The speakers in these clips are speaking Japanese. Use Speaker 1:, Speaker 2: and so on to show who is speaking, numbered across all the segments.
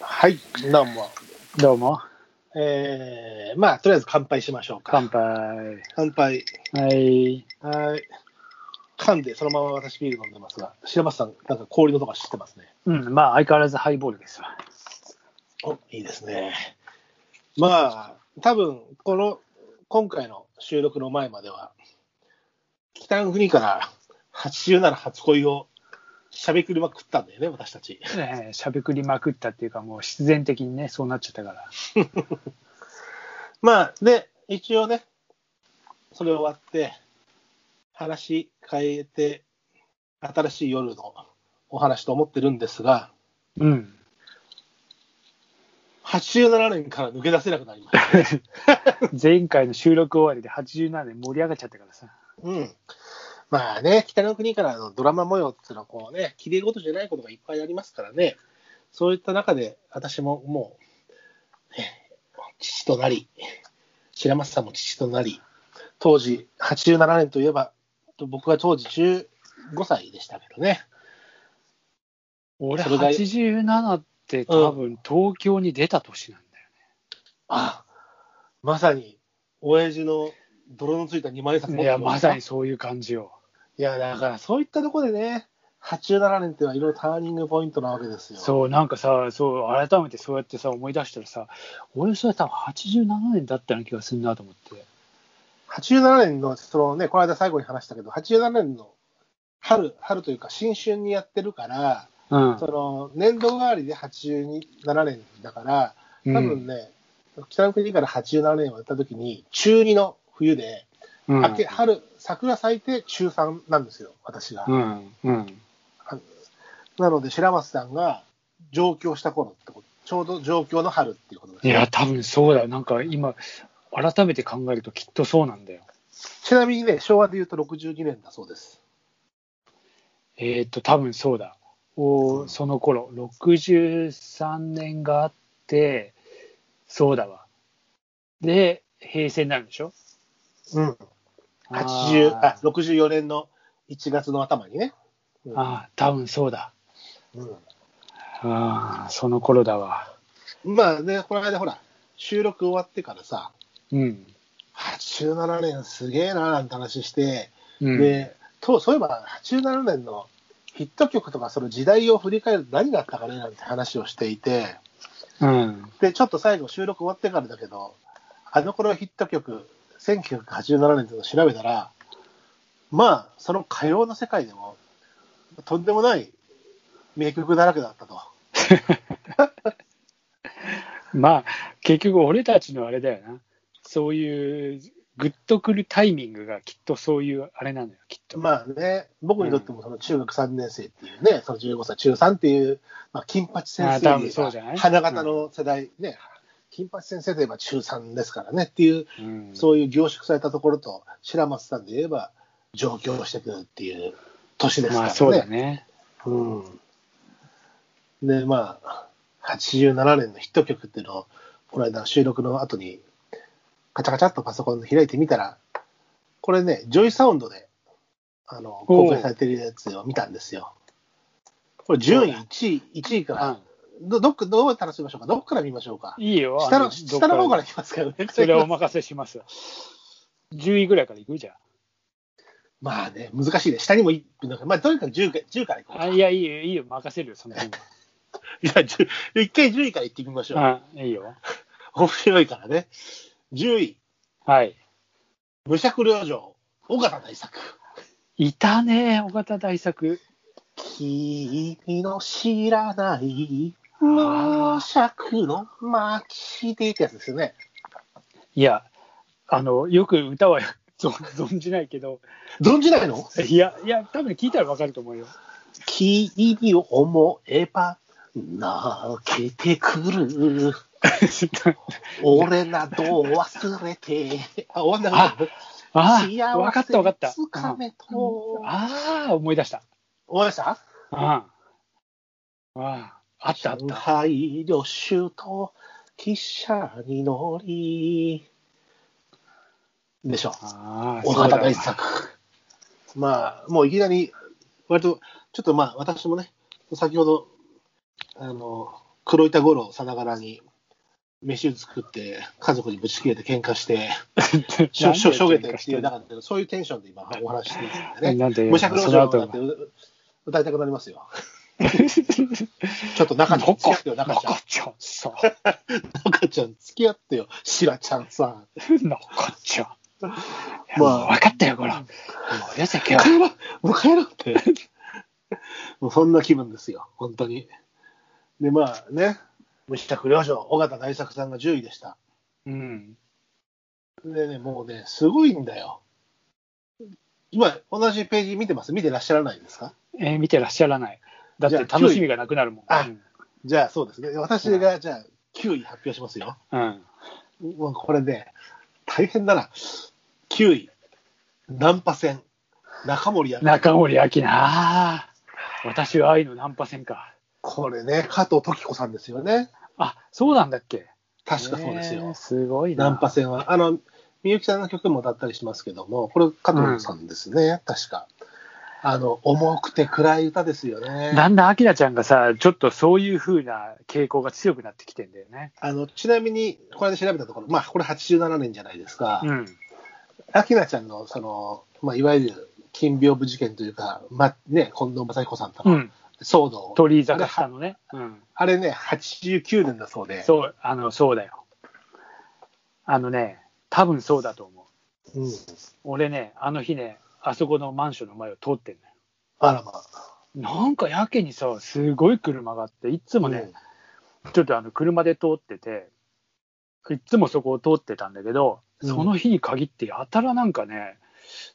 Speaker 1: はい、どうも。
Speaker 2: どうも、
Speaker 1: えー、まあ、とりあえず乾杯しましょうか。
Speaker 2: 乾杯。
Speaker 1: 乾杯。
Speaker 2: はい。
Speaker 1: はい。噛んで、そのまま私ビール飲んでますが、白松さん、なんか氷のとか知ってますね。
Speaker 2: うん、まあ、相変わらずハイボールですわ。
Speaker 1: お、いいですね。まあ、多分、この、今回の収録の前までは、北の国から87初恋をしゃべくりまくったんだよね、私たち。
Speaker 2: えーしゃべくりまくったっていうか、もう必然的にね、そうなっちゃったから。
Speaker 1: まあ、で、一応ね、それ終わって、話変えて、新しい夜のお話と思ってるんですが、
Speaker 2: うん。
Speaker 1: 87年から抜け出せなくなりました。
Speaker 2: 前回の収録終わりで87年盛り上がっちゃったからさ。
Speaker 1: うん。まあね、北の国からのドラマ模様っていうのはこうね、綺麗事じゃないことがいっぱいありますからね、そういった中で私ももう、ね、父となり、白松さんも父となり、当時87年といえば、僕が当時15歳でしたけどね。
Speaker 2: 俺、
Speaker 1: それが
Speaker 2: 87って多分東京に出た年なんだよね。
Speaker 1: あまさに、親父の泥のついた二万円札持って
Speaker 2: い
Speaker 1: る
Speaker 2: や、まさに。そういう感じよ。
Speaker 1: いや、だからそういったところでね、87年っていうのはいろいろターニングポイントなわけですよ。
Speaker 2: そう、なんかさ、そう、改めてそうやってさ、思い出したらさ、俺、それ多分87年だったような気がするなと思って。
Speaker 1: 87年の、そのね、この間最後に話したけど、87年の春、春というか新春にやってるから、
Speaker 2: うん
Speaker 1: そ。の年度代わりで87年だから、多分ね、北の国から87年をやった時に、中2の冬で、
Speaker 2: うん、
Speaker 1: 明け春、桜咲いて中3なんですよ、私が。
Speaker 2: うん。うん。
Speaker 1: なので、白松さんが上京した頃ってこと、ちょうど上京の春っていうことです
Speaker 2: い
Speaker 1: ね、
Speaker 2: や、多分そうだよ。なんか今、改めて考えるときっとそうなんだよ。
Speaker 1: ちなみにね、昭和で言うと62年だそうです。
Speaker 2: えーっ、と、多分そうだ。
Speaker 1: う
Speaker 2: お
Speaker 1: ん
Speaker 2: その頃、63年があって、そうだわ。で、平成になるんでしょ
Speaker 1: うん。80あ
Speaker 2: あー
Speaker 1: 64年の1月の頭にね。うん
Speaker 2: あー、多分そうだ。
Speaker 1: うん
Speaker 2: ああ、その頃だわ。
Speaker 1: まあね、この間ほら、収録終わってからさ、
Speaker 2: うん。
Speaker 1: 87年すげえなーなんて話して、
Speaker 2: うん、
Speaker 1: でとそういえば87年のヒット曲とかその時代を振り返ると何があったかねなんて話をしていて、
Speaker 2: うん。
Speaker 1: で、ちょっと最後収録終わってからだけど、あの頃ヒット曲、1987年っていうのを調べたら、まあ、その歌謡の世界でも、とんでもない名曲だらけだったと。
Speaker 2: まあ、結局俺たちのあれだよな。そういう、グッとくるタイミングがきっとそういうあれなのよ、きっと。
Speaker 1: まあね、僕にとってもその中学3年生っていうね、その15歳、中3っていう、まあ、金八先
Speaker 2: あ
Speaker 1: 生
Speaker 2: 多分そうじゃない
Speaker 1: 花形の世代、ね、金八先生といえば中3ですからねっていう、
Speaker 2: うん、
Speaker 1: そういう凝縮されたところと、白松さんで言えば、上京してくるっていう年ですからね。
Speaker 2: まあそうだね。
Speaker 1: うん。で、まあ、87年のヒット曲っていうのを、この間収録の後に、カチャカチャっとパソコンで開いてみたら、これね、ジョイサウンドで、あの、
Speaker 2: おう
Speaker 1: 公開されてるやつを見たんですよ。これ順位1位、1位から、ど、どっか、どうやって話しましょうかどっから見ましょうか
Speaker 2: いいよ。
Speaker 1: 下
Speaker 2: あ
Speaker 1: の、
Speaker 2: どっ
Speaker 1: 下の方から来ますからね。
Speaker 2: それはお任せします。10位ぐらいからいくじゃん。
Speaker 1: まあね、難しいね。下にもいなんかまあとにかく10から、10からいこう か。
Speaker 2: あいや、いいよ、いいよ、任せるよ、その辺
Speaker 1: いや、10一回10位から行ってみましょう。
Speaker 2: は。うん、いいよ。
Speaker 1: 面白いからね。10位。
Speaker 2: はい。
Speaker 1: 無釈領城、尾形大作。
Speaker 2: いたね、尾形大作。
Speaker 1: 君の知らない無釈の街でってやつですよね。
Speaker 2: いや、あの、よく歌は 存存じないけど、
Speaker 1: 存じないの
Speaker 2: いや、いや、多分聞いたらわかると思うよ。
Speaker 1: 君を思えば泣けてくる。俺など忘れて。あ、終わんなかった。
Speaker 2: あ
Speaker 1: 幸
Speaker 2: あ、
Speaker 1: せ
Speaker 2: わかったわかった。
Speaker 1: つか
Speaker 2: うん
Speaker 1: めと。あ
Speaker 2: ああ、思い出した。
Speaker 1: 思いました
Speaker 2: うんああ、あったあっ
Speaker 1: 上
Speaker 2: た。
Speaker 1: 海旅首都汽車に乗り。でしょ。
Speaker 2: ああ、
Speaker 1: 尾
Speaker 2: そ
Speaker 1: 形
Speaker 2: うだわ
Speaker 1: 大作。まあ、もういきなり、割と、ちょっとまあ、私もね、先ほど、あの、黒板五郎さながらに、飯を作って、家族にぶち切れて喧嘩して、しょしょしょげてっていう、だからそういうテンションで今お話ししてますからね。
Speaker 2: なんで、
Speaker 1: むしゃくろ
Speaker 2: そ
Speaker 1: じ
Speaker 2: の
Speaker 1: ょう
Speaker 2: 後
Speaker 1: だって
Speaker 2: は。
Speaker 1: う歌いたくなりますよ。ちょっと中ちゃん
Speaker 2: こ
Speaker 1: 付き
Speaker 2: こ
Speaker 1: 合ってよ、中ちゃん。
Speaker 2: ちゃんさ、
Speaker 1: 中ちゃん付き合ってよ、しらちゃんさ。
Speaker 2: なこちゃん。
Speaker 1: ま
Speaker 2: ま
Speaker 1: あ
Speaker 2: あ、分かったよ、こら。もう、よせ、今日。
Speaker 1: 帰ろうもう帰ろうって。もうそんな気分ですよ、本当に。で、まあね、無視不良賞、尾形大作さんが10位でした。
Speaker 2: うん。
Speaker 1: でね、もうね、すごいんだよ。今、同じページ見てます見てらっしゃらないですか
Speaker 2: えー見てらっしゃらない。だっ
Speaker 1: じゃ
Speaker 2: て
Speaker 1: あ
Speaker 2: 楽しみがなくなるもん。
Speaker 1: あ
Speaker 2: うん
Speaker 1: じゃあ、そうですね。私が、じゃあ、9位発表しますよ。
Speaker 2: うん。
Speaker 1: もうこれね、大変だな。9位、ナンパ戦、中森明菜。
Speaker 2: 中森明菜。あー私は愛のナンパ戦か。
Speaker 1: これね、加藤時子さんですよね。
Speaker 2: あ、そうなんだっけ。
Speaker 1: 確かそうですよ。
Speaker 2: ねえすごい
Speaker 1: ナ
Speaker 2: な。
Speaker 1: ンパ戦は。あの、みゆきさんの曲も歌ったりしますけども、これ加藤さんですね、確か。あの、重くて暗い歌ですよね。
Speaker 2: だんだん明菜ちゃんがさ、ちょっとそういう風な傾向が強くなってきてんだよね。
Speaker 1: あの、ちなみに、これで調べたところ、まあ、これ87年じゃないですか。
Speaker 2: うん。
Speaker 1: アキナちゃんの、その、まあ、いわゆる、金屏風事件というか、ま、ね、近藤正彦さんと
Speaker 2: う
Speaker 1: の
Speaker 2: ん。
Speaker 1: 騒動、
Speaker 2: 鳥居坂下のね。うん。
Speaker 1: あれね、89年だそうで、
Speaker 2: そう、あの、そうだよ。あのね、多分そうだと思う。
Speaker 1: うん、
Speaker 2: 俺ね、あの日ね、あそこのマンションの前を通ってんのよ。
Speaker 1: あらまあ、
Speaker 2: なんかやけにさ、すごい車があって、いつもね、ちょっとあの車で通ってて、いつもそこを通ってたんだけど、
Speaker 1: うん
Speaker 2: その日に限ってやたらなんかね、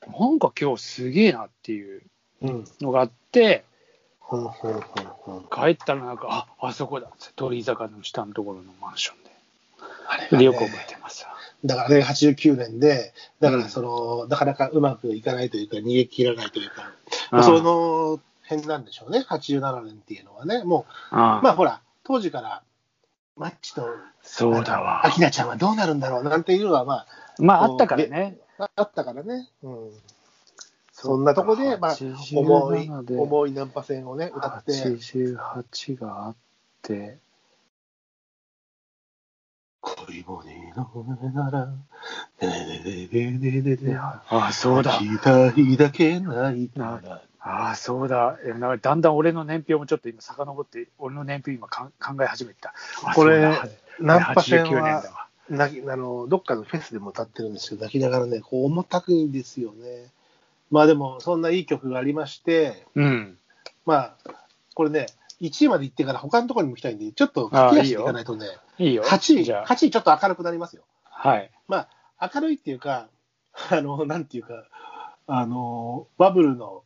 Speaker 2: なんか今日すげえなっていう
Speaker 1: うん、うん、
Speaker 2: のがあって、
Speaker 1: ほんほんほんほん
Speaker 2: 帰ったらなんか、あ、あそこだって、鳥居坂の下のところのマンションで。
Speaker 1: あれ
Speaker 2: そ
Speaker 1: が
Speaker 2: れ
Speaker 1: ね
Speaker 2: よく覚えてます。
Speaker 1: だからあれが89年で、だからその、なかなかうまくいかないというか、逃げ切らないというか、まあその辺なんでしょうね、87年っていうのはね、もう、ま
Speaker 2: ま
Speaker 1: あほら、当時から、マッチと
Speaker 2: そうだ
Speaker 1: あ
Speaker 2: わ。
Speaker 1: きなちゃんはどうなるんだろうなんていうのは、ま
Speaker 2: まあ、あったからね。
Speaker 1: あ、あったからね。うん。そんなとこで、まあ、
Speaker 2: 87
Speaker 1: 重い、
Speaker 2: で
Speaker 1: 重いナンパ戦をね、歌って、
Speaker 2: 88があって、
Speaker 1: 恋ボディの胸なら、ねねねねねねね、
Speaker 2: ああ、そうだ。
Speaker 1: 抱きたいだけないなら、
Speaker 2: ああ、そうだ。えなんかだんだん俺の年表もちょっと今遡って、俺の年表今かん考え始めてた。あ
Speaker 1: これ
Speaker 2: そうだ
Speaker 1: ナンパ戦
Speaker 2: 89年だ
Speaker 1: は、
Speaker 2: わ。
Speaker 1: 泣きあのどっかのフェスでも歌ってるんですけど、泣きながらね、こう重たくいいんですよね。まあでも、そんないい曲がありまして、
Speaker 2: うん。
Speaker 1: まあ、これね、1位まで行ってから他のところにも行きたいんで、ちょっと駆け足していかないとね、
Speaker 2: いいよ。
Speaker 1: 8位、
Speaker 2: じゃ
Speaker 1: 8位ちょっと明るくなりますよ。
Speaker 2: あ。はい。
Speaker 1: 明るいっていうか、 あの、なんていうか、あの、バブルの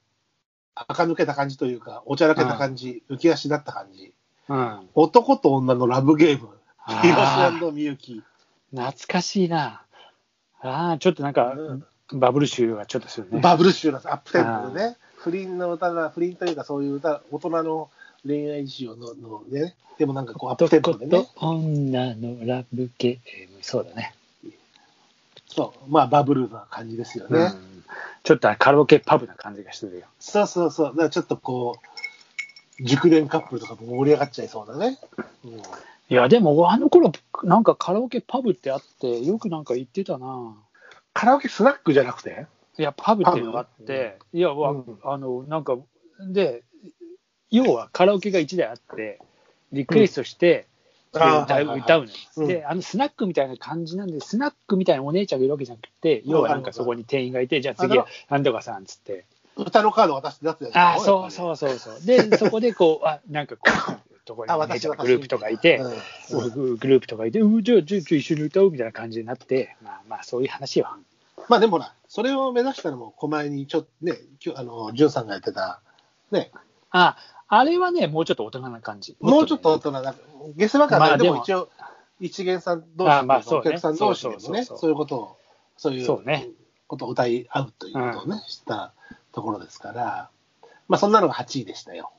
Speaker 1: 垢抜けた感じというか、おちゃらけた感じ、浮き足だった感じ、
Speaker 2: うん。あ
Speaker 1: 男と女のラブゲーム、
Speaker 2: あ
Speaker 1: 広瀬みゆき。
Speaker 2: 懐かしいな。ああ、ちょっとなんか、バブル集がちょっとするね。
Speaker 1: バブル集なんです、アップテンポでね、不倫の歌が、不倫というか、そういう歌、大人の恋愛事情ののね、でもなんかこう、アップテン
Speaker 2: 男
Speaker 1: ポでね
Speaker 2: と、女のラブゲーム。そうだね。
Speaker 1: そう、まあ、バブルな感じですよね。
Speaker 2: うんちょっとカラオケパブな感じがしてるよ。
Speaker 1: そうそうそう、だからちょっとこう、熟年カップルとかも盛り上がっちゃいそうだね。うん
Speaker 2: いや、でもあの頃、なんかカラオケパブってあって、よくなんか行ってたな。
Speaker 1: カラオケスナックじゃなくて
Speaker 2: いや、パブっていうのがあって、いや、わ
Speaker 1: うん
Speaker 2: あの、なんか、で、要はカラオケが1台あって、リクエストして、で
Speaker 1: あー
Speaker 2: 歌
Speaker 1: は
Speaker 2: う
Speaker 1: いはいはい
Speaker 2: 歌うのよ、
Speaker 1: うん
Speaker 2: で、あの、スナックみたいな感じなんで、スナックみたいなお姉ちゃんがいるわけじゃなくて、要はなんかそこに店員がいて、じゃあ次
Speaker 1: あだ
Speaker 2: は、なんとかさんっつって。
Speaker 1: 歌のカード渡して出すやつ
Speaker 2: ああ、そう
Speaker 1: う。
Speaker 2: そうそうそう。で、そこでこう、あ、なんかこう、とこに
Speaker 1: あ、
Speaker 2: お姉
Speaker 1: 私
Speaker 2: ちゃん
Speaker 1: は
Speaker 2: のグループとかいて、
Speaker 1: うんうん
Speaker 2: グループとかいて、うん、じゃあ、じゃあじゃあ一緒に歌おうみたいな感じになって、まあまあ、そういう話は。
Speaker 1: まあでもほら、それを目指したのも、狛江にちょっとね、きょあの、ジュンさんがやってた、ね、
Speaker 2: あ、あれはね、もうちょっと大人な感じ。
Speaker 1: もうちょっと大人な、ゲスバカ
Speaker 2: ま
Speaker 1: な
Speaker 2: あ
Speaker 1: でも
Speaker 2: でも
Speaker 1: 一応、一元さん同
Speaker 2: あ
Speaker 1: 士
Speaker 2: まあ
Speaker 1: と
Speaker 2: そ
Speaker 1: お
Speaker 2: うね
Speaker 1: 客さん同士で
Speaker 2: そ
Speaker 1: も
Speaker 2: うそう
Speaker 1: ね、
Speaker 2: そうそう
Speaker 1: そういうことを、そうい
Speaker 2: そうね
Speaker 1: うことを歌い合うということをね、したところですから、まあそんなのが8位でしたよ。